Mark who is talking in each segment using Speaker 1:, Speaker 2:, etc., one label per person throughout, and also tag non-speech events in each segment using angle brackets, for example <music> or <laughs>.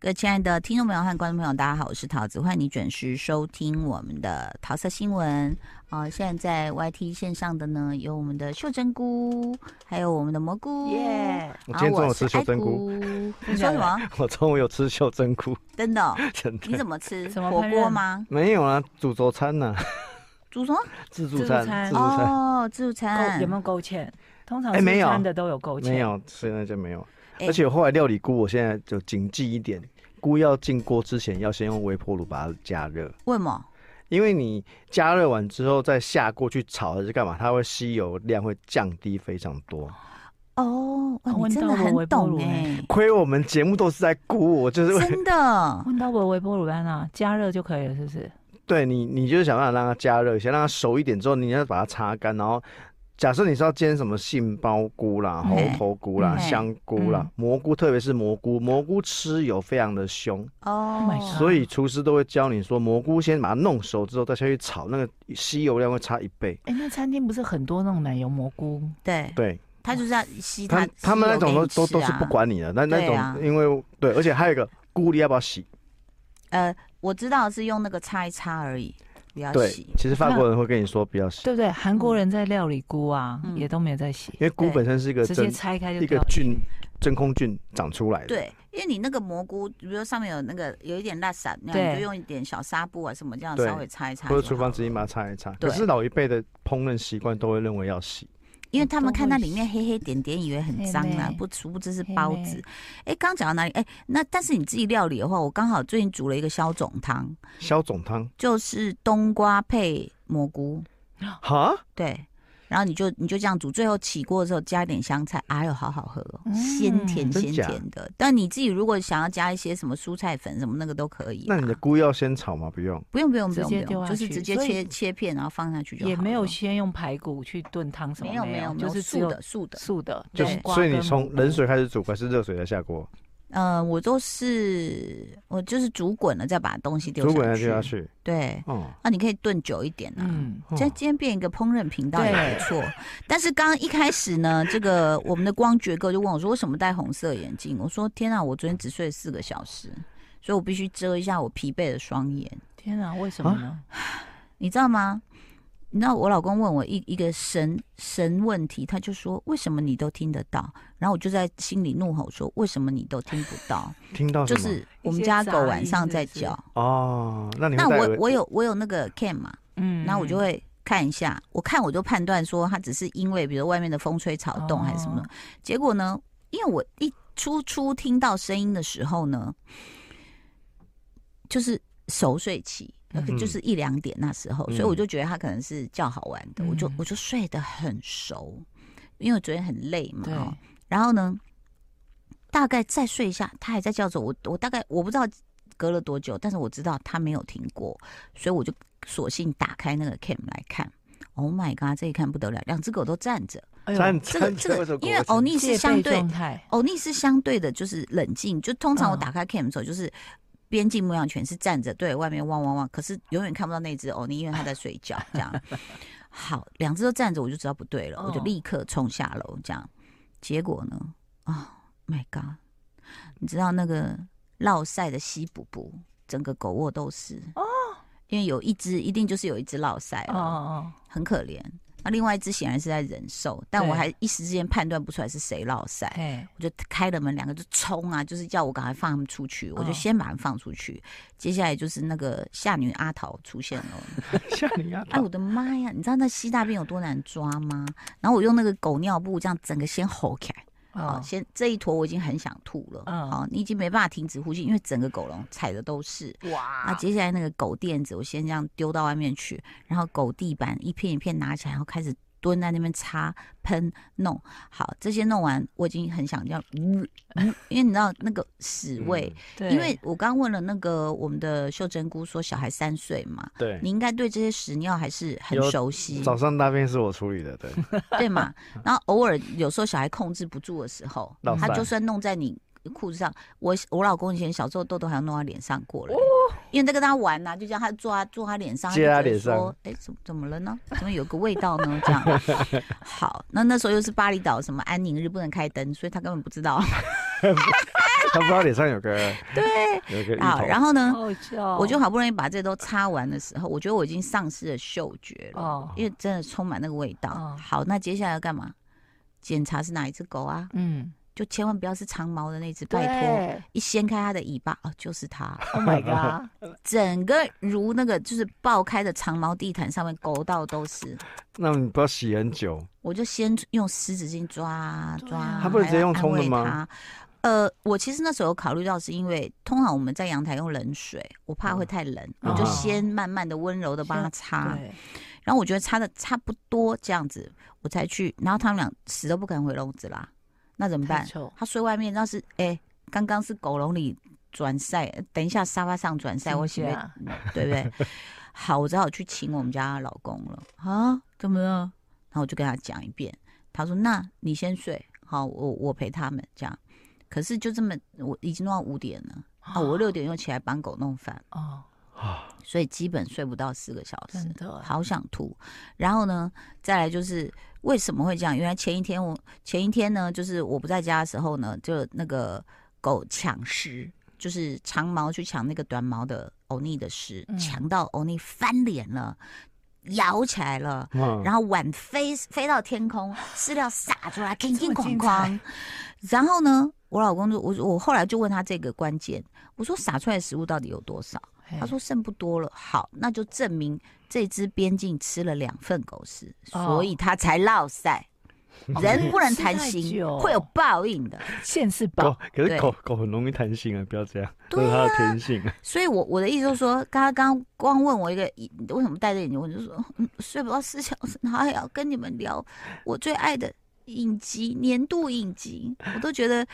Speaker 1: 各位亲爱的听众朋友和观众朋友，大家好，我是桃子，欢迎你准时收听我们的桃色新闻。呃，现在在 YT 线上的呢，有我们的秀珍菇，还有我们的蘑
Speaker 2: 哦
Speaker 1: 菇。
Speaker 2: 耶
Speaker 1: 然后
Speaker 3: 我今天中午吃
Speaker 1: 是
Speaker 3: 秀
Speaker 1: 爱
Speaker 3: 珍菇
Speaker 1: 菇，
Speaker 2: <laughs>
Speaker 1: 你说什么？
Speaker 3: 我中午有吃秀珍菇，
Speaker 1: 真的哦、
Speaker 3: 真的
Speaker 2: <laughs>
Speaker 1: 你怎么吃？
Speaker 2: 怎么
Speaker 1: 火
Speaker 2: 烹
Speaker 1: 锅
Speaker 2: 饪
Speaker 1: 吗？
Speaker 3: <laughs> 没有啊，煮早餐呐、
Speaker 1: 煮什么？
Speaker 3: 自助
Speaker 2: 自助
Speaker 3: 餐，
Speaker 2: 餐
Speaker 3: 自助餐、
Speaker 1: 哦，自助餐
Speaker 2: 勾有没有勾芡？通常
Speaker 3: 哎没
Speaker 2: 吃
Speaker 3: 有
Speaker 2: 餐的都有勾芡，
Speaker 3: 没有，现在就没有。
Speaker 1: 哎
Speaker 3: 而且我后来料理菇，我现在就谨记一点，菇要进锅之前要先用微波炉把它加热，
Speaker 1: 为什么？
Speaker 3: 因为你加热完之后再下锅去炒还是干嘛，它会吸油量会降低非常多。
Speaker 1: 哦，哇
Speaker 2: 哦
Speaker 1: 你
Speaker 2: 问
Speaker 1: 真
Speaker 2: 到
Speaker 1: 的
Speaker 2: 我
Speaker 1: 很
Speaker 2: 微波
Speaker 1: 懂
Speaker 2: 炉
Speaker 1: 哎、
Speaker 3: 亏我们节目都是在菇，我就是为
Speaker 1: 真
Speaker 2: <laughs>
Speaker 1: 的。哦
Speaker 2: 问到我微波炉班啊，加热就可以了，是不是？
Speaker 3: 对你，你就是想办法让它加热一下，让它熟一点之后，你要把它擦干，然后。假设你是要煎什么杏鲍菇啦、猴
Speaker 1: 嗯
Speaker 3: 头菇啦、
Speaker 1: 嗯
Speaker 3: 香菇啦
Speaker 2: 嗯、
Speaker 3: 蘑菇，特别是蘑菇，蘑菇吃油非常的凶，
Speaker 1: 哦
Speaker 2: ，Oh my god
Speaker 3: 所以厨师都会教你说，蘑菇先把它弄熟之后再下去炒，那个吸油量会差一倍。
Speaker 2: 哎、那餐厅不是很多那种奶油蘑菇？
Speaker 1: 对，
Speaker 3: 对
Speaker 1: 他就是要吸
Speaker 3: 他
Speaker 1: 它，
Speaker 3: 他们那种都
Speaker 1: 吸油
Speaker 3: 都
Speaker 1: 给你吃
Speaker 3: 都是
Speaker 1: 啊
Speaker 3: 不。管你的，那那
Speaker 1: 对啊
Speaker 3: 种因为对，而且还有一个菇你要不要洗？
Speaker 1: 呃，我知道是用那个擦一擦而已，不要
Speaker 3: 对
Speaker 1: 洗。，
Speaker 3: 其实法国人会跟你说不要洗，
Speaker 2: 对不对？韩国人在料理菇啊，
Speaker 1: 嗯
Speaker 2: 也都没有在洗，
Speaker 3: 因为菇
Speaker 1: 对
Speaker 3: 本身是一个
Speaker 2: 直接
Speaker 3: 真
Speaker 2: 拆开就
Speaker 3: 一嗯个
Speaker 2: 掉进去
Speaker 3: 菌真空菌长出来的。
Speaker 1: 对，因为你那个蘑菇，比如说上面有那个有一点辣散，那样
Speaker 2: 对
Speaker 1: 你就用一点小纱布啊什么这样
Speaker 3: 对
Speaker 1: 稍微擦一擦就
Speaker 3: 或
Speaker 1: 好。
Speaker 3: 者厨房纸巾把它擦一擦。
Speaker 1: 对
Speaker 3: 可是老一辈的烹饪习惯都会认为要洗，
Speaker 1: 因为他们看
Speaker 2: 都
Speaker 1: 到
Speaker 2: 会
Speaker 1: 里面黑黑点点，以为很脏啦
Speaker 2: 哦嘿，妹
Speaker 1: 不殊不知是包
Speaker 2: 嘿
Speaker 1: 子
Speaker 2: 妹。
Speaker 1: 哎，刚讲到哪里？哎，那但是你自己料理的话，我刚好最近煮了一个消肿汤，
Speaker 3: 消肿汤
Speaker 1: 就是冬瓜配蘑菇，
Speaker 3: 哈，
Speaker 1: 对。然后你就你就这样煮，最后起锅的时候加一点香菜，哎呦，好好喝哦，鲜甜
Speaker 2: 嗯
Speaker 1: 鲜
Speaker 3: 真假
Speaker 1: 甜的。但你自己如果想要加一些什么蔬菜粉什么那个都可以啊。
Speaker 3: 那你的菇要先炒吗？不用，
Speaker 1: 不用不用不
Speaker 2: 直
Speaker 1: 用
Speaker 2: 接
Speaker 1: 不用，
Speaker 2: 丢下
Speaker 1: 就是
Speaker 2: 去
Speaker 1: 直接
Speaker 2: 所以
Speaker 1: 切切片然后放下去就好
Speaker 2: 也
Speaker 1: 了。
Speaker 2: 没有先用排骨去炖汤什么，
Speaker 1: 没有没有没有
Speaker 2: 就是只
Speaker 1: 素
Speaker 2: 有
Speaker 1: 的素的，
Speaker 2: 素的，
Speaker 1: 对
Speaker 3: 就
Speaker 2: 冬
Speaker 3: 是
Speaker 2: 瓜
Speaker 3: 所以你
Speaker 2: 跟
Speaker 3: 从
Speaker 2: 蘑菇
Speaker 1: 嗯
Speaker 3: 冷水开始煮，还是热水再下锅？
Speaker 1: 呃，我都是我就是煮滚了再把东西丢
Speaker 3: 煮滚
Speaker 1: 下
Speaker 3: 再
Speaker 1: 去。
Speaker 3: 丢下去。
Speaker 1: 对，
Speaker 3: 哦，
Speaker 1: 那、你可以炖久一点啊。
Speaker 2: 嗯，
Speaker 3: 哦
Speaker 1: 这今天变一个烹饪频道也
Speaker 2: 对
Speaker 1: 不错，但是刚刚一开始呢，这个我们的光觉哥就问我说，为什么戴红色眼镜？我说天啊，我昨天只睡了四个小时，所以我必须遮一下我疲惫的双眼。
Speaker 2: 天啊，为什么呢？
Speaker 1: 你知道吗？你知道我老公问我一一个神神问题，他就说为什么你都听得到？然后我就在心里怒吼说为什么你都听不
Speaker 3: <laughs>
Speaker 1: 到？
Speaker 3: 听到什
Speaker 1: 就
Speaker 3: 么？
Speaker 1: 是我们家狗晚上在
Speaker 2: 一些杂
Speaker 1: 叫，
Speaker 3: 哦，那你会
Speaker 1: 那
Speaker 3: 戴
Speaker 1: 我
Speaker 3: 耳
Speaker 1: 我有我有那个 cam 嘛，
Speaker 2: 嗯
Speaker 1: 然后我就会看一下，我看我就判断说它只是因为比如外面的风吹草动还是什么的。
Speaker 2: 哦
Speaker 1: 结果呢，因为我一初初听到声音的时候呢，就是熟睡期，呃
Speaker 2: 嗯
Speaker 1: 就是一两点那时候，
Speaker 3: 嗯
Speaker 1: 所以我就觉得它可能是较好玩的，我就
Speaker 2: 嗯
Speaker 1: 我就睡得很熟，因为我昨天很累嘛
Speaker 2: 对，
Speaker 1: 哦然后呢，大概再睡一下，它还在叫着我，我大概我不知道。隔了多久，但是我知道它没有停过，所以我就索性打开那个 cam 来看。Oh my god，这一看不得了，两只狗都站着。
Speaker 2: 哎呦
Speaker 3: 站
Speaker 1: 这个
Speaker 3: 站 <laughs>
Speaker 1: 这
Speaker 3: 为什
Speaker 1: 个
Speaker 3: 么，
Speaker 1: 因为
Speaker 3: 我
Speaker 1: 欧尼
Speaker 2: 戒
Speaker 1: 是
Speaker 2: 备
Speaker 1: 相对
Speaker 2: 状态，
Speaker 1: 欧尼是哦相对的，就是冷静。就通常我
Speaker 2: 嗯
Speaker 1: 打开 cam 的时候，就是边境牧羊犬是站着对外面汪汪汪，可是永远看不到那只欧尼，因为它在睡觉。这
Speaker 2: <laughs>
Speaker 1: 样，好，两只都站着，我就知道不对了，我就
Speaker 2: 嗯
Speaker 1: 立刻冲下
Speaker 2: 哦
Speaker 1: 楼。这样，结果呢？啊、m y god！你知道那个落晒的西补补，整个狗窝都是哦，因为有一只一定就是有一只落晒
Speaker 2: 哦
Speaker 1: 了。
Speaker 2: 哦
Speaker 1: 很可怜。那另外一只显然是在忍受，但
Speaker 2: 对
Speaker 1: 我还一时之间判断不出来是谁落
Speaker 2: 哦，
Speaker 1: 塞，
Speaker 2: 哎，
Speaker 1: 我就开了门，两个就冲啊，就是叫我赶快放他们出去，我就
Speaker 2: 嗯
Speaker 1: 先把他们放出去。接下来就是那个夏女阿桃出现
Speaker 2: <laughs>
Speaker 1: 了，
Speaker 3: 像你啊，
Speaker 1: 哎，我的妈呀！你知道那吸大便有多难抓吗？然后我用那个狗尿布这样整个先吼起来，好，
Speaker 2: 哦，
Speaker 1: 先这一坨我已经很想吐了，
Speaker 2: 嗯
Speaker 1: 好，你已经没办法停止呼吸，因为整个狗笼踩的都是，啊，
Speaker 2: 哇，
Speaker 1: 接下来那个狗垫子，我先这样丢到外面去，然后狗地板一片一片拿起来，然后开始蹲在那边擦、喷、弄。好，这些弄完，我已经很想要，嗯嗯因为你知道那个屎
Speaker 3: 嗯
Speaker 1: 味，
Speaker 2: 对
Speaker 1: 因为我刚问了那个我们的秀珍姑说小孩三岁嘛，
Speaker 3: 对
Speaker 1: 你，应该对这些屎尿还是很
Speaker 3: 有
Speaker 1: 熟悉，
Speaker 3: 早上大便是我处理的，
Speaker 1: <laughs>
Speaker 3: 对， <laughs>
Speaker 1: 对嘛？然后偶尔有时候小孩控制不住的时候，
Speaker 3: 嗯老
Speaker 1: 他
Speaker 3: 三
Speaker 1: 就算弄在你裤子上，我我老公以前小时候痘痘还要弄到脸上过了，因为在跟他玩呐、就这样他坐他坐他脸上，
Speaker 3: 哦接
Speaker 1: 就觉
Speaker 3: 他
Speaker 1: 得
Speaker 3: 脸上
Speaker 1: 说，哎，怎么怎么了呢？怎么有个味道呢？ <laughs> 这样，好，那那时候又是巴厘岛什么安宁日不能开灯，所以他根本不知道，
Speaker 3: 他不知道脸上有个
Speaker 1: 对，
Speaker 3: 有 <laughs> 个芋
Speaker 1: 好，
Speaker 3: 头。哦
Speaker 1: 然后呢，
Speaker 2: 好笑，
Speaker 1: 我就好不容易把这都擦完的时候，我觉得我已经丧失了嗅觉了，
Speaker 2: 哦，
Speaker 1: 因为真的充满那个味道。
Speaker 2: 哦
Speaker 1: 好，那接下来要干嘛？检查是哪一只狗啊？
Speaker 2: 嗯，
Speaker 1: 就千万不要是长毛的那只，拜托！
Speaker 2: 拜
Speaker 1: 一掀开它的尾巴，哦，就是它，
Speaker 2: 托，Oh <laughs> my god，
Speaker 1: 整个如那个就是爆开的长毛地毯上面勾到都是。
Speaker 3: 那你不要洗很久，
Speaker 1: 我就先用湿纸巾抓
Speaker 2: 对啊
Speaker 1: 抓，
Speaker 2: 它
Speaker 3: 不能直接用冲的吗
Speaker 1: 还要安慰它？呃，我其实那时候有考虑到，是因为通常我们在阳台用冷水，我怕会太冷，
Speaker 3: 嗯
Speaker 1: 我就
Speaker 3: 啊
Speaker 1: 先慢慢的、温柔的帮它擦，
Speaker 2: 对，
Speaker 1: 然后我觉得擦的差不多这样子，我才去。然后他们俩死都不肯回笼子啦，那怎么
Speaker 2: 太
Speaker 1: 办？
Speaker 2: 臭，
Speaker 1: 他睡外面，那是哎，刚刚是狗笼里转晒，呃等一下沙发上转晒，我
Speaker 2: 是
Speaker 1: 喜欢
Speaker 2: 啊，
Speaker 1: 对不对？好，我只好去请我们家老公了啊，怎么了？然后我就跟他讲一遍，他说：“那你先睡，好，我我陪他们这样。”可是就这么，我已经弄到五点了啊，我六点又起来帮狗弄饭，
Speaker 2: 哦，
Speaker 1: 所以基本睡不到四个小时
Speaker 2: 真，的，
Speaker 1: 好想吐。然后呢，再来就是为什么会这样？原来前一天我前一天呢，就是我不在家的时候呢，就那个狗抢食，就是长毛去抢那个短毛的欧尼的食，
Speaker 2: 嗯
Speaker 1: 抢到欧尼翻脸了，咬起来了。
Speaker 3: 嗯，
Speaker 1: 然后碗飞飞到天空，饲料撒出来，叮叮
Speaker 2: 这
Speaker 1: 哐
Speaker 2: 么精
Speaker 1: 哐。
Speaker 2: <laughs>
Speaker 1: 然后呢，我老公就我我后来就问他这个关键，我说撒出来的食物到底有多少？
Speaker 2: 嘿
Speaker 1: 他说剩不多了，好，那就证明这只边境吃了两份狗食，
Speaker 2: 哦
Speaker 1: 所以他才落赛。人不能
Speaker 2: 吃太
Speaker 1: 贪心
Speaker 2: 久，哦
Speaker 1: 会有报应的。
Speaker 2: 现世宝
Speaker 3: 狗，可
Speaker 1: 对
Speaker 3: 是狗狗很容易贪心啊，不要这样，这
Speaker 1: 对
Speaker 3: 是它的
Speaker 1: 啊
Speaker 3: 天性。
Speaker 1: 所以我我的意思就是说，刚刚刚光问我一个你为什么戴着眼镜，我就说、嗯、睡不到四小时，然后还要跟你们聊我最爱的影集年度影集，我都觉得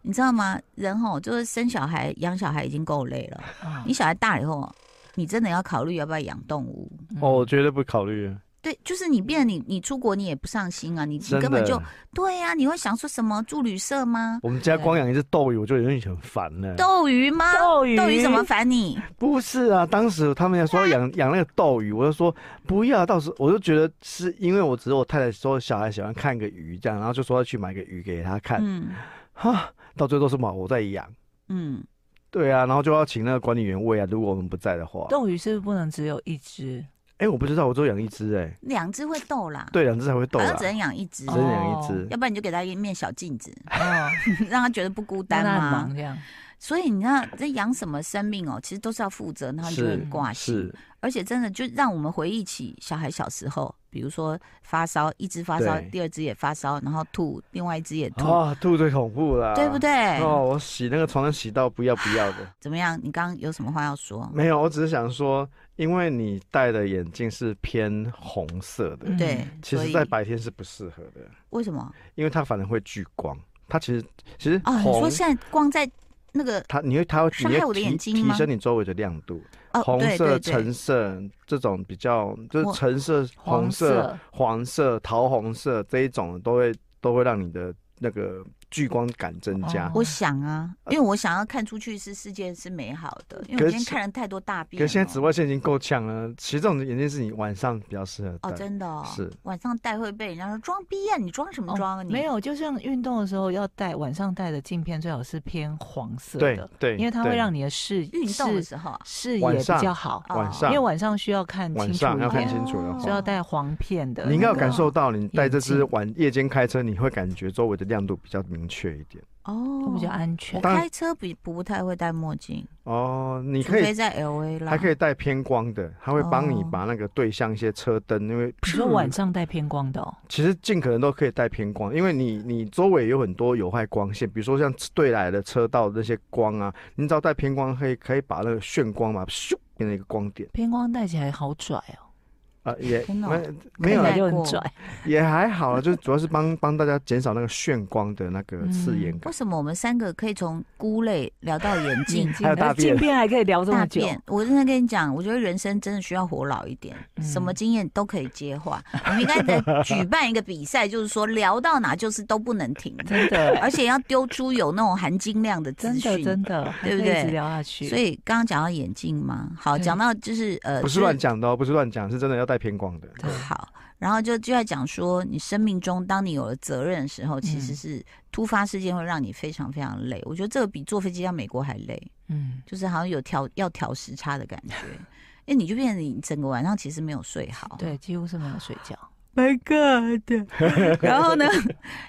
Speaker 1: 你知道吗？人吼就是生小孩养小孩已经够累了，
Speaker 2: 啊
Speaker 1: 你小孩大了以后，你真的要考虑要不要养动物。
Speaker 2: 嗯
Speaker 3: 哦，我绝对不考虑，
Speaker 1: 对，就是你变得你你出国你也不上心啊，你你
Speaker 3: 真
Speaker 1: 根本就
Speaker 3: 的。
Speaker 1: 对呀、你会想说什么住旅社吗？
Speaker 3: 我们家光养一只斗鱼，我就已经很烦了。
Speaker 1: 斗鱼吗？
Speaker 2: 啊斗鱼，
Speaker 1: 斗鱼怎么烦
Speaker 3: <laughs>
Speaker 1: 你？
Speaker 3: 不是啊，当时他们说养养那个斗鱼，我就说不要，到时我就觉得是因为我只是我太太说小孩喜欢看个鱼这样，然后就说要去买个鱼给他看，
Speaker 1: 嗯
Speaker 3: 哈，到最后都是嘛我在养，
Speaker 1: 嗯，
Speaker 3: 对啊，然后就要请那个管理员喂啊，如果我们不在的话，
Speaker 2: 斗鱼是不是不能只有一只？
Speaker 3: 哎、我不知道，我只有养一只哎、
Speaker 1: 两只会斗啦，
Speaker 3: 对，两只才会斗
Speaker 1: 好
Speaker 3: 啦
Speaker 1: 像，只能养一哦只
Speaker 3: 只，能养一只，
Speaker 1: 要不然你就给它一面小镜
Speaker 3: <laughs>
Speaker 1: 子，
Speaker 2: <laughs> 哦，
Speaker 1: 让它觉得不孤单
Speaker 2: 那很
Speaker 1: 嘛
Speaker 2: 忙。这样，
Speaker 1: 所以你看，这养什么生命哦，其实都是要负责，然后你就会
Speaker 3: 是
Speaker 1: 挂心。
Speaker 3: 是，
Speaker 1: 而且真的就让我们回忆起小孩小时候，比如说发烧，一只发烧，
Speaker 3: 对
Speaker 1: 第二只也发烧，然后吐，另外一只也吐，
Speaker 3: 啊，吐最恐怖啦，
Speaker 1: 对不？对？
Speaker 3: 哦，我洗那个床单洗到不要不要的。
Speaker 1: 怎么样？你刚刚有什么话要说？
Speaker 3: 没有，我只是想说，因为你戴的眼镜是偏红色的，
Speaker 2: 嗯
Speaker 1: 对，
Speaker 3: 其
Speaker 1: 所
Speaker 3: 实
Speaker 1: 以
Speaker 3: 在白天是不适合的，
Speaker 1: 为什么？
Speaker 3: 因为它反而会聚光。它其实其实
Speaker 1: 哦，你
Speaker 3: 红，
Speaker 1: 说现在光在那个
Speaker 3: 它你会它会
Speaker 1: 伤
Speaker 3: 你
Speaker 1: 害我
Speaker 3: 会
Speaker 1: 的
Speaker 3: 提
Speaker 1: 眼睛
Speaker 3: 提
Speaker 1: 吗
Speaker 3: 升你周围的亮度，
Speaker 1: 哦，
Speaker 3: 红
Speaker 1: 对
Speaker 3: 色、
Speaker 1: 对
Speaker 3: 橙
Speaker 1: 对，
Speaker 3: 色这种比较就
Speaker 1: 我
Speaker 3: 是橙色、红
Speaker 2: 黄
Speaker 3: 色、
Speaker 2: 色
Speaker 3: 黄色、桃红色这一种都会都会让你的那个聚光感增加
Speaker 2: 哦。
Speaker 1: 我想啊，因为我想要看出去是世界是美好的，因为我
Speaker 3: 呃
Speaker 1: 今
Speaker 3: 可
Speaker 1: 天
Speaker 3: 是
Speaker 1: 看了太多大便
Speaker 3: 可
Speaker 1: 了。
Speaker 3: 是现在紫外线已经够呛了，其实这种眼镜是你晚上比较适合戴。
Speaker 1: 哦，真的哦，
Speaker 3: 是
Speaker 1: 晚上戴会被人家说装逼啊，你装什么装啊？你
Speaker 2: 哦没有，就像运动的时候要戴，晚上戴的镜片最好是偏黄色
Speaker 3: 对
Speaker 2: 的，
Speaker 3: 对，
Speaker 2: 因为它会
Speaker 3: 对
Speaker 2: 让你的视
Speaker 1: 运动的
Speaker 2: 视
Speaker 1: 时候啊，
Speaker 2: 视野
Speaker 3: 晚
Speaker 2: 比
Speaker 3: 上
Speaker 2: 较好，
Speaker 1: 哦
Speaker 3: 晚
Speaker 2: 啊因
Speaker 3: 上
Speaker 2: 为晚上需要看清
Speaker 3: 晚
Speaker 2: 楚
Speaker 3: 上
Speaker 2: 一
Speaker 3: 要看
Speaker 2: 点，
Speaker 3: 清楚的
Speaker 1: 哦
Speaker 2: 所以要戴黄片的。
Speaker 3: 你应该有
Speaker 2: 那
Speaker 3: 感
Speaker 2: 个
Speaker 3: 受到，你戴这只
Speaker 2: 眼镜
Speaker 3: 晚夜间开车，你会感觉周围的亮度比较明确一点。
Speaker 1: 哦
Speaker 2: 会比较安全
Speaker 1: 我。
Speaker 3: 当然
Speaker 1: 开车比不太会戴墨镜，
Speaker 3: 哦，你
Speaker 1: 除
Speaker 3: 可以
Speaker 1: 非在 L A 啦。
Speaker 3: 还可以戴偏光的，它会帮你
Speaker 1: 哦
Speaker 3: 把那个对向一些车灯，因为嗯
Speaker 2: 你说晚上戴偏光的哦，
Speaker 3: 其实尽可能都可以戴偏光，因为你你周围有很多有害光线，比如说像对来的车道那些光啊，你只要戴偏光可以可以把那个眩光嘛，咻变成一个光点
Speaker 2: 偏光戴起来好拽哦，
Speaker 3: 啊、也
Speaker 1: 真的哦
Speaker 3: 没没有
Speaker 2: 看
Speaker 3: 啦
Speaker 2: 起来就很
Speaker 1: 过
Speaker 2: 拽。
Speaker 3: <laughs> 也还好啦，就是主要是帮帮大家减少那个眩光的那个刺眼
Speaker 1: 为
Speaker 3: 感。
Speaker 1: 什么我们三个可以从菇类聊到
Speaker 3: <laughs>
Speaker 1: 眼镜？
Speaker 3: 还有大便
Speaker 2: 镜片还可以聊这
Speaker 1: 大
Speaker 2: 么久，
Speaker 1: 便，我真的跟你讲，我觉得人生真的需要活老一点，
Speaker 2: 嗯
Speaker 1: 什么经验都可以接话。我们应该得举办一个比赛，就是说聊到哪就是都不能停，
Speaker 2: 真的，
Speaker 1: 而且要丢出有那种含金量的资
Speaker 2: 真的
Speaker 1: 讯。
Speaker 2: <laughs> 真的，还可
Speaker 1: 对
Speaker 2: 以
Speaker 1: 不对
Speaker 2: 一直聊下去。
Speaker 1: 所以刚刚讲到眼镜嘛，好，
Speaker 2: 对
Speaker 1: 讲到就是呃，
Speaker 3: 不是
Speaker 1: 就
Speaker 3: 乱讲的哦，不是乱讲，是真的要戴带偏光的。
Speaker 2: 对
Speaker 1: 好，然后就就在讲说，你生命中当你有了责任的时候，其实
Speaker 2: 嗯
Speaker 1: 是突发事件会让你非常非常累。我觉得这个比坐飞机到美国还累，
Speaker 2: 嗯，
Speaker 1: 就是好像有调要调时差的感觉。哎，你就变成你整个晚上其实没有睡好。
Speaker 2: 对，几乎是没有睡觉。
Speaker 1: ，My God！然 <laughs> 后呢，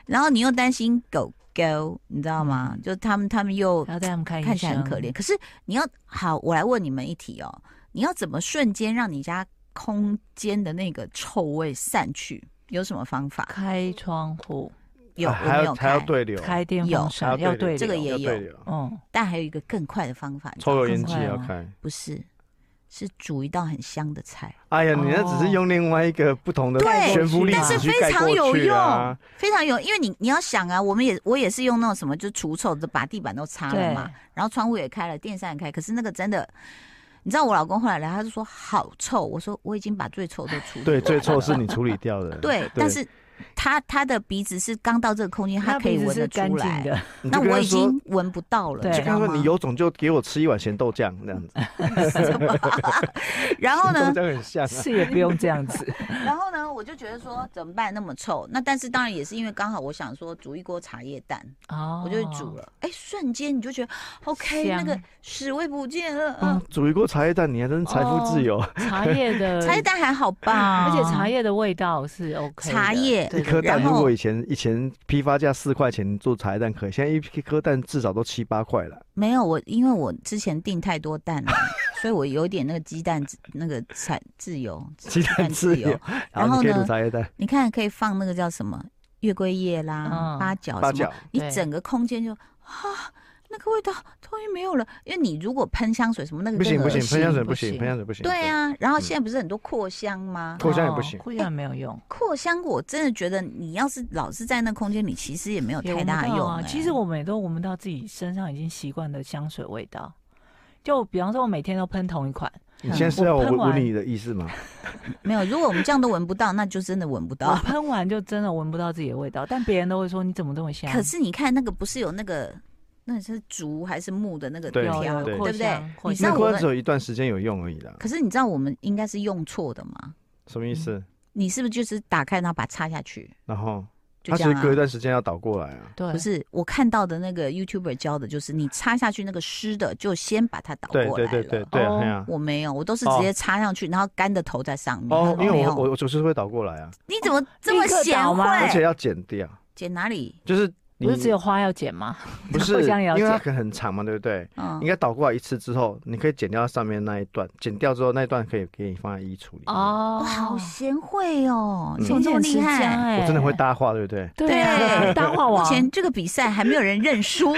Speaker 1: 然后你又担心狗狗，你知道吗？就他们他们又
Speaker 2: 还要带他们看医生，
Speaker 1: 看起来很可怜。。可是你要好，我来问你们一题哦，你要怎么瞬间让你家空间的那个臭味散去？有什么方法？
Speaker 2: 开窗户，
Speaker 1: 有
Speaker 3: 啊
Speaker 1: 我
Speaker 3: 还
Speaker 1: 没
Speaker 3: 要
Speaker 1: 有
Speaker 3: 还要
Speaker 1: 开，
Speaker 3: 对流，
Speaker 2: 开电
Speaker 1: 有
Speaker 2: 风扇，
Speaker 3: 还要
Speaker 2: 要
Speaker 3: 啊对
Speaker 2: 对
Speaker 3: 流
Speaker 1: 这个
Speaker 2: 流
Speaker 1: 也
Speaker 3: 要
Speaker 1: 有啊
Speaker 3: 对流，
Speaker 2: 嗯，
Speaker 1: 但还有一个更快的方法，你知道
Speaker 3: 抽
Speaker 1: 吗
Speaker 3: 油烟机
Speaker 2: 更快
Speaker 3: 也要
Speaker 2: 哦
Speaker 3: 开。
Speaker 1: 不是，是煮一道很香的菜，
Speaker 3: 哎呀，你那只是用另外一个不同的
Speaker 1: 哦对
Speaker 3: 悬浮粒
Speaker 1: 但
Speaker 3: 子
Speaker 1: 是
Speaker 3: 去
Speaker 1: 非
Speaker 3: 盖
Speaker 1: 常
Speaker 3: 过
Speaker 1: 有
Speaker 3: 去
Speaker 1: 用
Speaker 3: 啊。
Speaker 1: 非常有，因为你你要想啊，我们也我也是用那种什么，就除臭的，把地板都擦了
Speaker 2: 对
Speaker 1: 嘛，然后窗户也开了，电扇也开，可是那个真的。你知道我老公后来来，他就说好臭。我说我已经把最臭都除
Speaker 3: 对，
Speaker 1: 了
Speaker 3: 最臭是你处理掉的。
Speaker 1: <laughs> 对，但是他他的鼻子是刚到这个空间，他
Speaker 2: 那
Speaker 1: 可以
Speaker 2: 鼻子
Speaker 1: 闻
Speaker 2: 是
Speaker 1: 得出
Speaker 2: 干净
Speaker 1: 来。
Speaker 2: 的， <laughs>
Speaker 3: 你
Speaker 1: 那
Speaker 3: 就跟
Speaker 1: 我
Speaker 3: 他
Speaker 1: 已
Speaker 3: 说，
Speaker 1: 经闻不到了，
Speaker 2: 对
Speaker 1: 你
Speaker 3: 就
Speaker 1: 知
Speaker 3: 跟他
Speaker 1: 道吗
Speaker 3: 说你有种就给我吃一碗咸豆酱这样子，
Speaker 1: 然后
Speaker 3: 咸
Speaker 1: 呢
Speaker 3: <laughs> 豆，酱很像啊。
Speaker 2: 是也不用这样子。
Speaker 1: 然后呢，我就觉得说怎么办那么臭？那但是当然也是因为刚好我想说煮一锅茶叶蛋，
Speaker 2: 哦
Speaker 1: <laughs> 我就煮了。哎，瞬间你就觉得 OK，那
Speaker 2: 香
Speaker 1: 个屎味不见了。
Speaker 3: 啊
Speaker 1: 嗯，
Speaker 3: 煮一锅茶叶蛋，你还真是财富自由。
Speaker 2: 茶叶
Speaker 1: <laughs>
Speaker 2: 的
Speaker 1: 茶叶蛋还好吧？
Speaker 2: 嗯而且茶叶的味道是 OK 的。
Speaker 1: 茶叶
Speaker 2: 对
Speaker 3: 一颗
Speaker 1: 然
Speaker 3: 蛋如
Speaker 1: 后
Speaker 3: 果以前以前批发价四块钱做茶叶蛋可以，现在一颗蛋至少都七八块了。
Speaker 1: 没有我，因为我之前订太多蛋了。所以我有点那个鸡蛋自那个产自由，
Speaker 3: 鸡蛋自由，
Speaker 1: 哦
Speaker 3: <laughs>
Speaker 1: 然
Speaker 3: 你
Speaker 1: 后
Speaker 3: 可以
Speaker 1: 呢哦
Speaker 3: 煮茶叶蛋，
Speaker 1: 你看可以放那个叫什么月桂叶啦、
Speaker 2: 嗯
Speaker 1: 八角
Speaker 3: 八
Speaker 1: 什么
Speaker 3: 角，
Speaker 1: 你
Speaker 2: 对
Speaker 1: 整个空间就啊，那个味道终于没有了。因为你如果喷香水什么那个
Speaker 3: 不行
Speaker 1: 更
Speaker 3: 不
Speaker 1: 恶，
Speaker 3: 行
Speaker 1: 心
Speaker 3: 喷香水不
Speaker 2: 不
Speaker 3: 行，
Speaker 2: 行
Speaker 3: 喷香水不行。
Speaker 1: 对啊，然后
Speaker 3: 嗯
Speaker 1: 现在不是很多扩香吗？
Speaker 3: 扩香也不行
Speaker 2: 扩哦香也没有用，
Speaker 1: 扩香我真的觉得你要是老是在那空间里，其实也没有
Speaker 2: 也
Speaker 1: 太
Speaker 2: 闻
Speaker 1: 大
Speaker 2: 不到
Speaker 1: 用、
Speaker 2: 啊。
Speaker 1: 欸
Speaker 2: 其实我们也都闻不到自己身上已经习惯的香水味道。就比方说，我每天都喷同一款，
Speaker 3: 你
Speaker 1: 嗯
Speaker 3: 现在是要
Speaker 2: 我
Speaker 3: 我
Speaker 2: 喷完
Speaker 3: 闻你的意思吗？
Speaker 1: 没有，如果我们这样都闻不到，那就真的闻不
Speaker 2: 我
Speaker 1: 到。
Speaker 2: 喷完就真的闻不到自己的味道，但别人都会说你怎么这么香？
Speaker 1: 可是你看那个不是有那个那是竹还是木的那个
Speaker 3: 对
Speaker 2: 有
Speaker 1: 条，
Speaker 2: 有
Speaker 3: 对
Speaker 1: 对
Speaker 2: 扩
Speaker 1: 不对
Speaker 2: 香？扩
Speaker 1: 你知
Speaker 2: 香
Speaker 1: 道
Speaker 3: 那
Speaker 1: 我
Speaker 3: 关
Speaker 1: 们
Speaker 3: 只，有一段时间有用而已啦。
Speaker 1: 可是你知道我们应该是用错的吗？
Speaker 3: 什么意思？
Speaker 1: 你是不是就是打开然后把它插下去？
Speaker 3: 然后
Speaker 1: 就这
Speaker 3: 它其实
Speaker 1: 样、啊
Speaker 3: 隔一、段时间要倒过来啊。
Speaker 2: 对，
Speaker 1: 不是，我看到的那个 YouTuber 教的就是你插下去那个湿的，就先把它倒过
Speaker 3: 对
Speaker 1: 来了。嗯
Speaker 3: 对对对对，
Speaker 2: 哦
Speaker 3: 哎呀。
Speaker 1: 我没有，我都是直接插上去，然后干的头在上面。
Speaker 3: 哦，因为
Speaker 1: 没
Speaker 3: 我
Speaker 1: 有
Speaker 3: 我我就是会倒过来啊，
Speaker 1: 你怎么这么
Speaker 2: 立刻
Speaker 1: 贤
Speaker 2: 倒吗
Speaker 3: 而且
Speaker 1: 惠？
Speaker 3: 要剪掉，
Speaker 1: 剪哪里？
Speaker 3: 就是你
Speaker 2: 不是只有花要剪吗？
Speaker 1: <laughs>
Speaker 3: 不是，
Speaker 2: 藿香也
Speaker 3: 因
Speaker 2: 要
Speaker 3: 为它
Speaker 2: 剪
Speaker 3: 可能很长嘛，对不对？
Speaker 1: 嗯
Speaker 3: 应，该倒过来一次之后，你可以剪掉上面那一段，剪掉之后那一段可以给你放在衣橱里面。
Speaker 1: 哇，
Speaker 2: 哦
Speaker 1: 好贤惠哦，
Speaker 3: 嗯
Speaker 1: 你怎么这么厉
Speaker 2: 勤俭持家
Speaker 1: 害？
Speaker 2: 哎
Speaker 3: 我真的会搭话，对不对？
Speaker 2: 对啊，大话
Speaker 1: 欸目
Speaker 2: 王。
Speaker 1: 前这个比赛还没有人认输。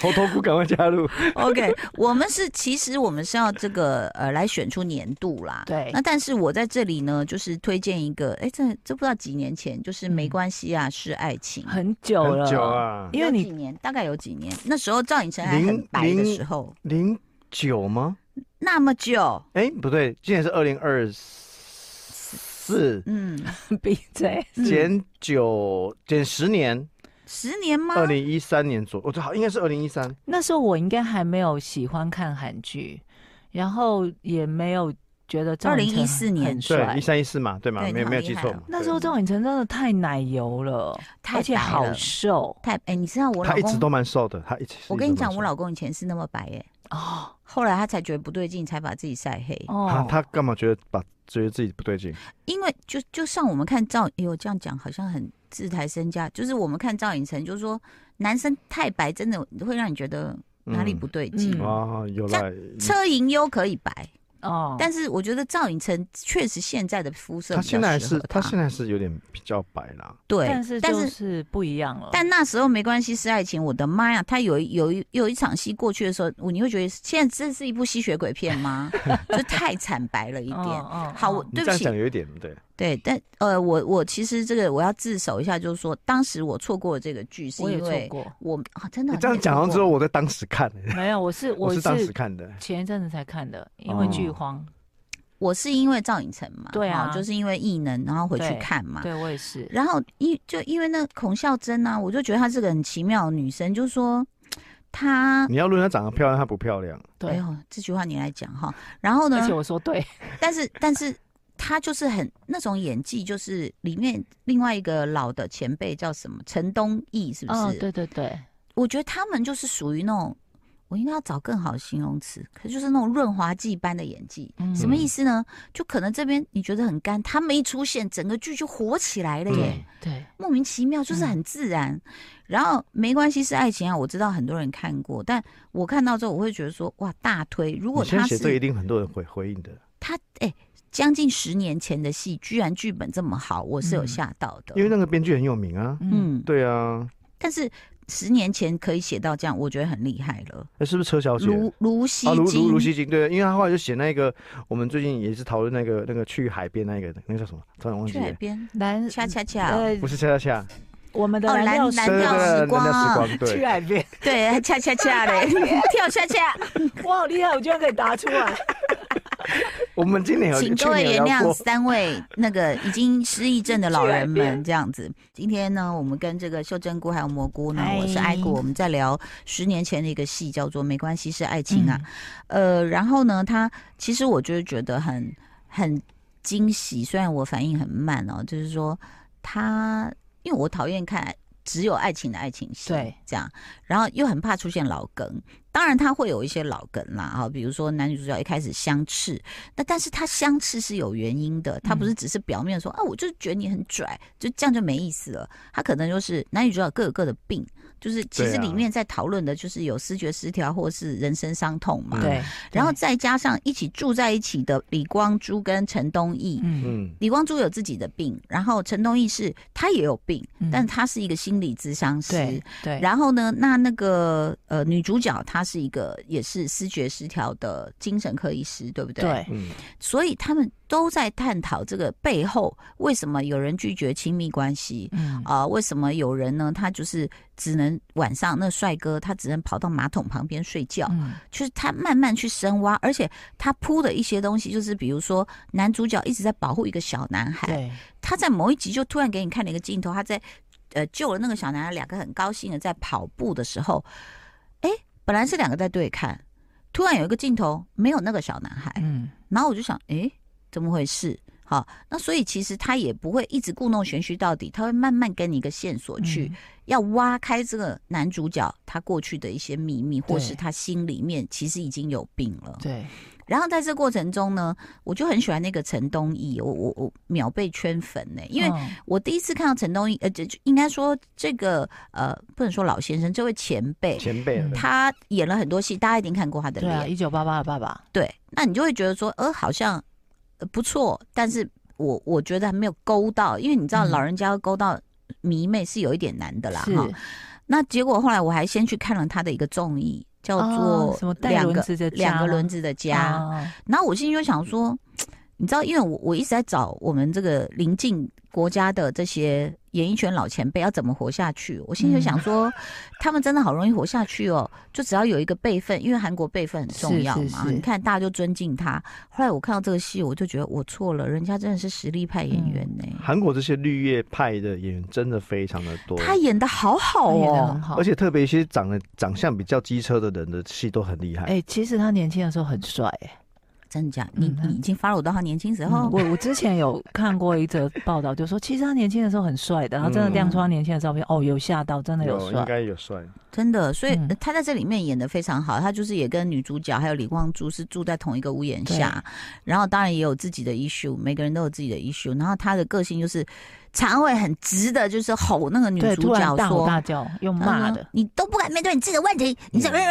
Speaker 3: 猴头菇赶快
Speaker 1: <laughs>
Speaker 3: 加入，
Speaker 1: OK，我们是其实我们是要这个呃来选出年度啦。
Speaker 2: 对
Speaker 1: 那但是我在这里呢，就是推荐一个，哎，这这不知道几年前，就是没
Speaker 2: 嗯
Speaker 1: 关系啊，是爱情。
Speaker 2: 很久了，
Speaker 3: 很久啊，
Speaker 2: 因为
Speaker 1: 有
Speaker 2: 你
Speaker 1: 几年大概有几年，那时候赵寅成还很
Speaker 3: 零
Speaker 1: 白的
Speaker 3: 零
Speaker 1: 时候，
Speaker 3: 零九吗？
Speaker 1: 那么久，
Speaker 3: 哎，不对，今年是二零二四，
Speaker 1: 嗯，
Speaker 2: 闭嘴。
Speaker 3: 减九减十年，
Speaker 1: 十年吗？
Speaker 3: 二零一三年左，我最好应该是二零一三。
Speaker 2: 那时候我应该还没有喜欢看韩剧，然后也没有觉得赵寅成
Speaker 1: 2014年
Speaker 2: 很
Speaker 3: 对，
Speaker 2: 帅
Speaker 3: 一。三一四嘛，对嘛，
Speaker 1: 对你
Speaker 3: 没有
Speaker 1: 好
Speaker 3: 没有
Speaker 1: 厉
Speaker 3: 记
Speaker 1: 害
Speaker 3: 错
Speaker 1: 哦
Speaker 3: 嘛。
Speaker 2: 那
Speaker 3: 对
Speaker 2: 时候赵寅成真的太奶油了，
Speaker 1: 太
Speaker 2: 而且
Speaker 1: 白
Speaker 2: 好
Speaker 1: 了
Speaker 2: 瘦
Speaker 1: 太哎，你知道我老
Speaker 3: 他一直
Speaker 1: 公
Speaker 3: 都蛮瘦的，他一直。
Speaker 1: 我跟你讲，
Speaker 3: 一直都蛮瘦
Speaker 1: 我老公以前是那么白耶、哎
Speaker 2: 哦
Speaker 1: 后来他才觉得不对劲，才把自己晒黑。
Speaker 3: 他
Speaker 2: 哦，
Speaker 3: 他干嘛觉得把觉得自己不对劲？
Speaker 1: 因为就就像我们看赵，哎呦这样讲好像很自抬身价，就是我们看赵寅成，就是说男生太白真的会让你觉得哪里不对劲。
Speaker 2: 嗯
Speaker 3: 啊？有
Speaker 1: 这
Speaker 3: 了，
Speaker 1: 车银优可以白，
Speaker 2: 哦，
Speaker 1: 但是我觉得赵寅成确实现在的肤色
Speaker 3: 他
Speaker 1: 比较
Speaker 3: 现在
Speaker 1: 适
Speaker 3: 是
Speaker 1: 合
Speaker 3: 他现在是有点比较白啦。
Speaker 1: 对，
Speaker 2: 但是
Speaker 1: 但
Speaker 2: 就是是不一样了。嗯
Speaker 1: 但那时候没关系是爱情，我的妈呀！他有一有一有一场戏过去的时候，我你会觉得现在这是一部吸血鬼片吗？
Speaker 2: <laughs>
Speaker 1: 就太惨白了一点。
Speaker 2: 嗯
Speaker 1: 好我
Speaker 3: 你
Speaker 1: 对
Speaker 3: 这
Speaker 1: 不
Speaker 3: 样
Speaker 1: 起
Speaker 3: 讲有一点对，
Speaker 1: 对，但呃，我我其实这个我要自首一下，就是说当时我错过了这个剧，是
Speaker 2: 我也
Speaker 1: 因
Speaker 2: 错
Speaker 1: 为
Speaker 2: 过，
Speaker 1: 我啊真的
Speaker 3: 你这样讲完之后，，我在当时看，欸
Speaker 2: 没有，
Speaker 1: <laughs>
Speaker 2: 我是
Speaker 3: 我
Speaker 2: 我
Speaker 3: 是当时
Speaker 2: 是
Speaker 3: 看的。
Speaker 2: 前一阵子才看的，因
Speaker 1: 哦
Speaker 2: 为剧荒。
Speaker 1: 我是因为赵寅成嘛，
Speaker 2: 对
Speaker 1: 哦
Speaker 2: 啊
Speaker 1: 就是因为异能，然后回去
Speaker 2: 对
Speaker 1: 看嘛。
Speaker 2: 对我也是，
Speaker 1: 啊然后因就因为那孔孝真呢、我就觉得她是个很奇妙的女生，就是说他
Speaker 3: 你要论她长得漂亮，她不漂亮，
Speaker 1: 哎
Speaker 2: 对，
Speaker 1: 呦，这句话你来讲哈。然后呢
Speaker 2: 而，且我说对，
Speaker 1: 但 <laughs> 是但是他就是很那种演技，就是里面另外一个老的前辈叫什么陈东义，是不是？
Speaker 2: 嗯，对对对，
Speaker 1: 我觉得他们就是属于那种，我应该要找更好的形容词，可是就是那种润滑剂般的演技。
Speaker 2: 嗯
Speaker 1: 什么意思呢？就可能这边你觉得很干，他们一出现，整个剧就火起来了耶，
Speaker 3: 嗯
Speaker 2: 对，
Speaker 1: 莫名其妙，就是很自然。然后没关系是爱情啊，我知道很多人看过，但我看到之后我会觉得说，哇，大推！如果
Speaker 3: 你现
Speaker 1: 他
Speaker 3: 在写这个一
Speaker 1: 是
Speaker 3: 定很多人回回应的，
Speaker 1: 他哎。将近十年前的戏，居然剧本这么好，我是有
Speaker 2: 嗯
Speaker 1: 吓到的。
Speaker 3: 因为那个编剧很有名啊。
Speaker 2: 嗯，
Speaker 1: 嗯，
Speaker 3: 对啊，
Speaker 1: 但是十年前可以写到这样，我觉得很厉害了。
Speaker 3: 那哎是不是车小姐？
Speaker 1: 卢卢西
Speaker 3: 啊，卢
Speaker 1: 金，
Speaker 3: 卢卢西金，对，因为他后来就写那个，我们最近也是讨论那个那个去海边那个，那个叫什么？突然忘记
Speaker 1: 去海
Speaker 3: 了，
Speaker 1: 边
Speaker 2: 蓝
Speaker 1: 恰恰恰，
Speaker 2: 呃
Speaker 3: 不是恰恰恰，
Speaker 2: 我们的
Speaker 1: 哦蓝
Speaker 2: 调
Speaker 1: 蓝
Speaker 3: 对对
Speaker 1: 调时
Speaker 3: 对蓝调时
Speaker 1: 光
Speaker 3: 光，
Speaker 2: 去
Speaker 3: 对，
Speaker 1: <laughs>
Speaker 2: 海边，
Speaker 1: <laughs> 对，还恰恰恰 <laughs> 嘞，跳恰恰，
Speaker 2: 哇，好厉害，我居然可以答
Speaker 1: <laughs>
Speaker 2: 出来，
Speaker 3: 我们今年有
Speaker 1: 请
Speaker 3: 去
Speaker 1: 各位
Speaker 3: 年
Speaker 1: 原
Speaker 3: 有聊
Speaker 1: 谅
Speaker 3: 过，
Speaker 1: 三位 <laughs> 那个已经失忆症的老人们这样子。今天呢，我们跟这个秀珍菇还有蘑菇呢
Speaker 2: 嗨，
Speaker 1: 我是艾菇，我们在聊十年前的一个戏叫做《没关系是爱情》啊，呃，然后呢，他其实我就是觉得很很惊喜，虽然我反应很慢哦，就是说他，因为我讨厌看只有爱情的爱情戏，
Speaker 2: 对，
Speaker 1: 这样，然后又很怕出现老梗，当然他会有一些老梗啦，哈，比如说男女主角一开始相斥，那但是他相斥是有原因的，他不是只是表面说、啊，我就是觉得你很拽，就这样就没意思了，他可能就是男女主角各有各的病。就是其实
Speaker 3: 对啊
Speaker 1: 里面在讨论的就是有视觉失调或是人生伤痛嘛，
Speaker 3: 嗯
Speaker 2: 对，
Speaker 1: 然后再加上一起住在一起的李光洙跟陈东义，
Speaker 2: 嗯
Speaker 3: 嗯，
Speaker 1: 李光洙有自己的病，然后陈东义是他也有病，
Speaker 2: 嗯
Speaker 1: 但他是一个心理咨商师
Speaker 2: 对。对，
Speaker 1: 然后呢，那那个呃女主角她是一个也是视觉失调的精神科医师，对不对？。
Speaker 2: 对
Speaker 3: 嗯，
Speaker 1: 所以他们都在探讨这个背后为什么有人拒绝亲密关系，
Speaker 2: 嗯
Speaker 1: 啊、为什么有人呢？他就是只能晚上那帅哥他只能跑到马桶旁边睡觉，
Speaker 2: 嗯
Speaker 1: 就是他慢慢去深挖，而且他铺的一些东西，就是比如说男主角一直在保护一个小男孩，
Speaker 2: 对，
Speaker 1: 他在某一集就突然给你看了一个镜头，他在呃救了那个小男孩，两个很高兴的在跑步的时候，哎，本来是两个在对看，突然有一个镜头没有那个小男孩，
Speaker 2: 嗯
Speaker 1: 然后我就想，哎，怎么回事？好，那所以其实他也不会一直故弄玄虚到底，他会慢慢跟你一个线索去。
Speaker 2: 嗯
Speaker 1: 要挖开这个男主角他过去的一些秘密，或
Speaker 2: 对
Speaker 1: 是他心里面其实已经有病了。
Speaker 2: 对，
Speaker 1: 然后在这过程中呢，我就很喜欢那个陈东义，我我我秒被圈粉呢、因为
Speaker 2: 嗯
Speaker 1: 我第一次看到陈东义，呃，这应该说这个呃，不能说老先生，这位前辈，
Speaker 3: 前辈了，
Speaker 2: 嗯
Speaker 1: 他演了很多戏，大家一定看过他的
Speaker 2: 对啊，
Speaker 1: 脸，
Speaker 2: 一九八八的爸爸，
Speaker 1: 对，那你就会觉得说，呃，好像、呃、不错，但是我我觉得还没有勾到，因为你知道
Speaker 2: 嗯
Speaker 1: 老人家要勾到迷妹是有一点难的啦，
Speaker 2: 是
Speaker 1: 哈。那结果后来我还先去看了他的一个综艺，叫做
Speaker 2: 哦什么带
Speaker 1: 两
Speaker 2: 轮
Speaker 1: 个、
Speaker 2: 子的
Speaker 1: 两
Speaker 2: 家
Speaker 1: 个轮
Speaker 2: 吗
Speaker 1: 子的家。
Speaker 2: 哦
Speaker 1: 然后我心里就想说，你知道，因为我我一直在找我们这个邻近国家的这些演艺圈老前辈要怎么活下去，我心里就
Speaker 2: 嗯
Speaker 1: 想说，他们真的好容易活下去哦，就只要有一个辈分，因为韩国辈分很重要嘛，
Speaker 2: 是是是
Speaker 1: 你看大家就尊敬他。后来我看到这个戏，我就觉得我错了，人家真的是实力派
Speaker 2: 嗯
Speaker 1: 演员呢、
Speaker 3: 韩国这些绿叶派的演员真的非常的多，
Speaker 1: 他演的好好
Speaker 2: 他演的
Speaker 1: 哦
Speaker 2: 很，好
Speaker 3: 而。且特别一些长得长相比较机车的人的戏都很厉害。
Speaker 2: 哎，其实他年轻的时候很帅，哎，
Speaker 1: 真的假的？你
Speaker 2: 嗯他
Speaker 1: 你已经 follow 到他年轻时
Speaker 2: 嗯
Speaker 1: 候，
Speaker 2: 我我之前有看过一则报道，就说其实他年轻的时候很帅的，然后真的
Speaker 3: 嗯
Speaker 2: 亮出他年轻的照片，哦，有吓到，真的有
Speaker 3: 应
Speaker 2: 帅，
Speaker 3: 该有 <laughs> 帅，
Speaker 1: 真的，所以
Speaker 2: 嗯
Speaker 1: 呃他在这里面演的非常好，他就是也跟女主角还有李光洙是住在同一个屋檐下，然后当然也有自己的 issue，每个人都有自己的 issue，然后他的个性就是常会很直的，就是吼那个女
Speaker 2: 对，
Speaker 1: 主
Speaker 2: 突然
Speaker 1: 角
Speaker 2: 大吼
Speaker 1: 说。嗯
Speaker 2: 大叫，用
Speaker 1: 他
Speaker 2: 骂
Speaker 1: 说
Speaker 2: 的，
Speaker 1: 你都不敢面对你自己的问题，你怎么？
Speaker 3: 嗯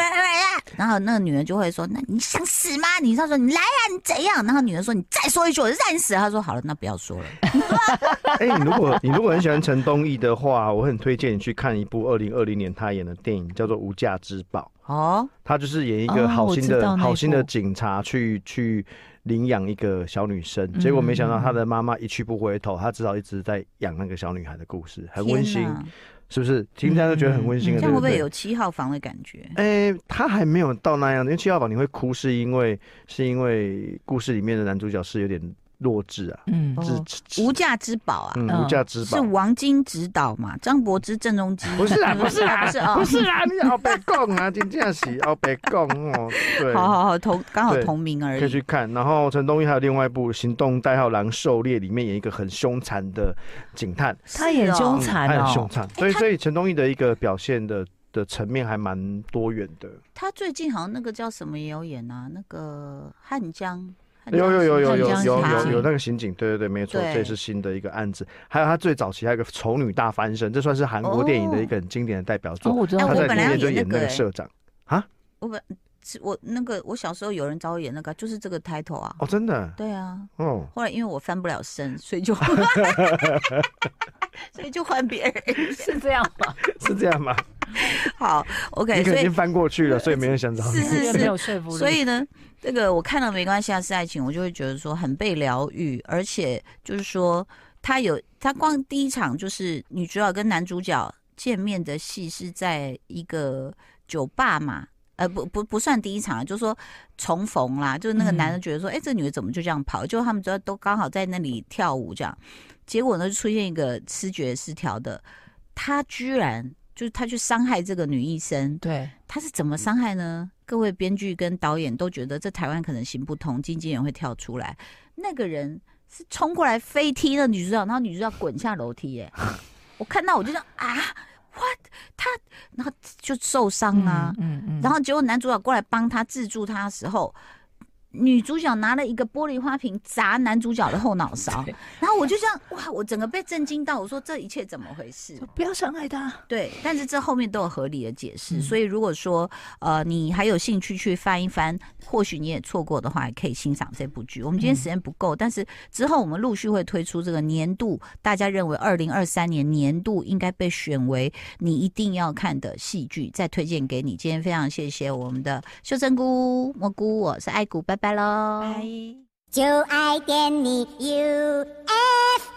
Speaker 1: 然后那个女人就会说：“那你想死吗？”你他说：“你来呀、你怎样？”然后女人说：“你再说一句，我就让你死。”他说：“好了，那不要说了。
Speaker 3: 哎、你如果你如果很喜欢陈东义的话，我很推荐你去看一部二零二零年他演的电影，叫做《无价之宝》。”
Speaker 1: 哦，
Speaker 3: 他就是演一个
Speaker 2: 哦
Speaker 3: 好心
Speaker 2: 我知
Speaker 3: 的、
Speaker 2: 道那一部
Speaker 3: 好心的警察去去领养一个小女生，
Speaker 2: 嗯
Speaker 3: 结果没想到他的妈妈一去不回头，他只好一直在养那个小女孩的故事，很温馨
Speaker 1: 天，哪
Speaker 3: 是不是？听起来都觉得很温馨
Speaker 2: 嗯
Speaker 3: 了，
Speaker 1: 这
Speaker 3: 对
Speaker 1: 样会
Speaker 3: 不
Speaker 1: 不会
Speaker 3: 对
Speaker 1: 有？七号房的感觉？
Speaker 3: 哎、他还没有到那样，因为七号房你会哭，是因为是因为故事里面的男主角是有点弱智啊，
Speaker 2: 嗯
Speaker 1: 哦
Speaker 3: 智智
Speaker 1: 无价之宝啊，
Speaker 3: 嗯
Speaker 2: 嗯
Speaker 3: 无价之
Speaker 1: 是
Speaker 3: 宝。
Speaker 1: 王晶执导嘛？张柏芝、郑中基
Speaker 3: 不是啦，
Speaker 1: 不
Speaker 3: 不
Speaker 1: 是
Speaker 3: 是
Speaker 1: 啦 <laughs>
Speaker 3: 啦，
Speaker 1: 不是啊
Speaker 3: 不是啦，你要白讲啊，真正是要白讲哦，对，
Speaker 1: <laughs> 好好好，同刚好
Speaker 3: 对
Speaker 1: 同名而
Speaker 3: 可以
Speaker 1: 已。
Speaker 3: 去看。然后陈东玉还有另外一部《行动代号狼狩猎》，里面演一个很凶残的警探，
Speaker 2: 他演
Speaker 1: 是哦
Speaker 2: 凶
Speaker 3: 嗯
Speaker 2: 残
Speaker 3: 他很凶
Speaker 2: 哦，
Speaker 3: 残，所以
Speaker 1: 他
Speaker 3: 所以陈东玉的一个表现的的层面还蛮多元的。
Speaker 1: 他最近好像那个叫什么也有演啊，那个汉江。汉
Speaker 3: 有
Speaker 1: 江
Speaker 3: 有有有有
Speaker 2: 汉江
Speaker 3: 有
Speaker 1: 刑
Speaker 3: 有
Speaker 1: 警
Speaker 3: 有那个刑警，对对对，没错，
Speaker 1: 对
Speaker 3: 这也是新的一个案子。还有他最早期还有一个《丑女大翻身》，这算是韩国电影的一个很经典的代表
Speaker 2: 哦，
Speaker 3: 作。
Speaker 2: 我知道
Speaker 1: 哎
Speaker 3: 他
Speaker 1: 我
Speaker 3: 在
Speaker 1: 本
Speaker 3: 里
Speaker 1: 来要
Speaker 3: 面就
Speaker 1: 演
Speaker 3: 演
Speaker 1: 那
Speaker 3: 那
Speaker 1: 个
Speaker 3: 个
Speaker 1: 欸
Speaker 3: 社长
Speaker 1: 我本是我那个我小时候有人找我演那个，就是这个 title 啊。
Speaker 3: 哦，真的
Speaker 1: 对啊， <laughs>
Speaker 3: 哦。
Speaker 1: 后来因为我翻不了身，所
Speaker 3: <laughs>
Speaker 1: 以就 <laughs> 所以就换别人。
Speaker 2: <laughs> 是这样吗？
Speaker 3: 是这样吗？
Speaker 1: 好
Speaker 3: 你
Speaker 1: ，OK，
Speaker 3: 可
Speaker 1: 所
Speaker 3: 能已
Speaker 1: 以
Speaker 3: 经翻过去了，所以没人想找你。
Speaker 1: 是是
Speaker 2: 也
Speaker 1: 是
Speaker 2: 没有说服力，
Speaker 1: 所以呢，这个我看了没关系啊，是爱情，我就会觉得说很被疗愈，而且就是说他有他光第一场就是女主角跟男主角见面的戏是在一个酒吧嘛。呃，不不不算第一场啊，就是说重逢啦，就是那个
Speaker 2: 嗯
Speaker 1: 男的觉得说，哎、这女的怎么就这样跑？就他们都都刚好在那里跳舞这样，结果呢就出现一个视觉失调的，他居然就是他去伤害这个女医生，
Speaker 2: 对，
Speaker 1: 他是
Speaker 2: 嗯
Speaker 1: 怎么伤害呢？各位编剧跟导演都觉得这台湾可能行不通，经纪人会跳出来。那个人是冲过来飞踢了女主角，然后女主角滚下楼梯、耶！我看到我就想啊，what？他然后就受伤啊。
Speaker 2: 嗯嗯
Speaker 1: 然后结果男主角过来帮他制住他的时候，女主角拿了一个玻璃花瓶砸男主角的后脑勺，
Speaker 2: 对
Speaker 1: 然后我就这样哇，我整个被震惊到，我说这一切怎么回事？
Speaker 2: 不要伤害他，
Speaker 1: 对，但是这后面都有合理的解释，
Speaker 2: 嗯
Speaker 1: 所以如果说呃你还有兴趣去翻一翻，或许你也错过的话，也可以欣赏这部剧。我们今天时间不够，但是之后我们陆续会推出这个年度大家认为二零二三年年度应该被选为你一定要看的戏剧，再推荐给你。今天非常谢谢我们的秀珍菇蘑菇，我哦哎是爱谷，拜拜喽，
Speaker 2: 拜。
Speaker 4: 就爱点你 UFO。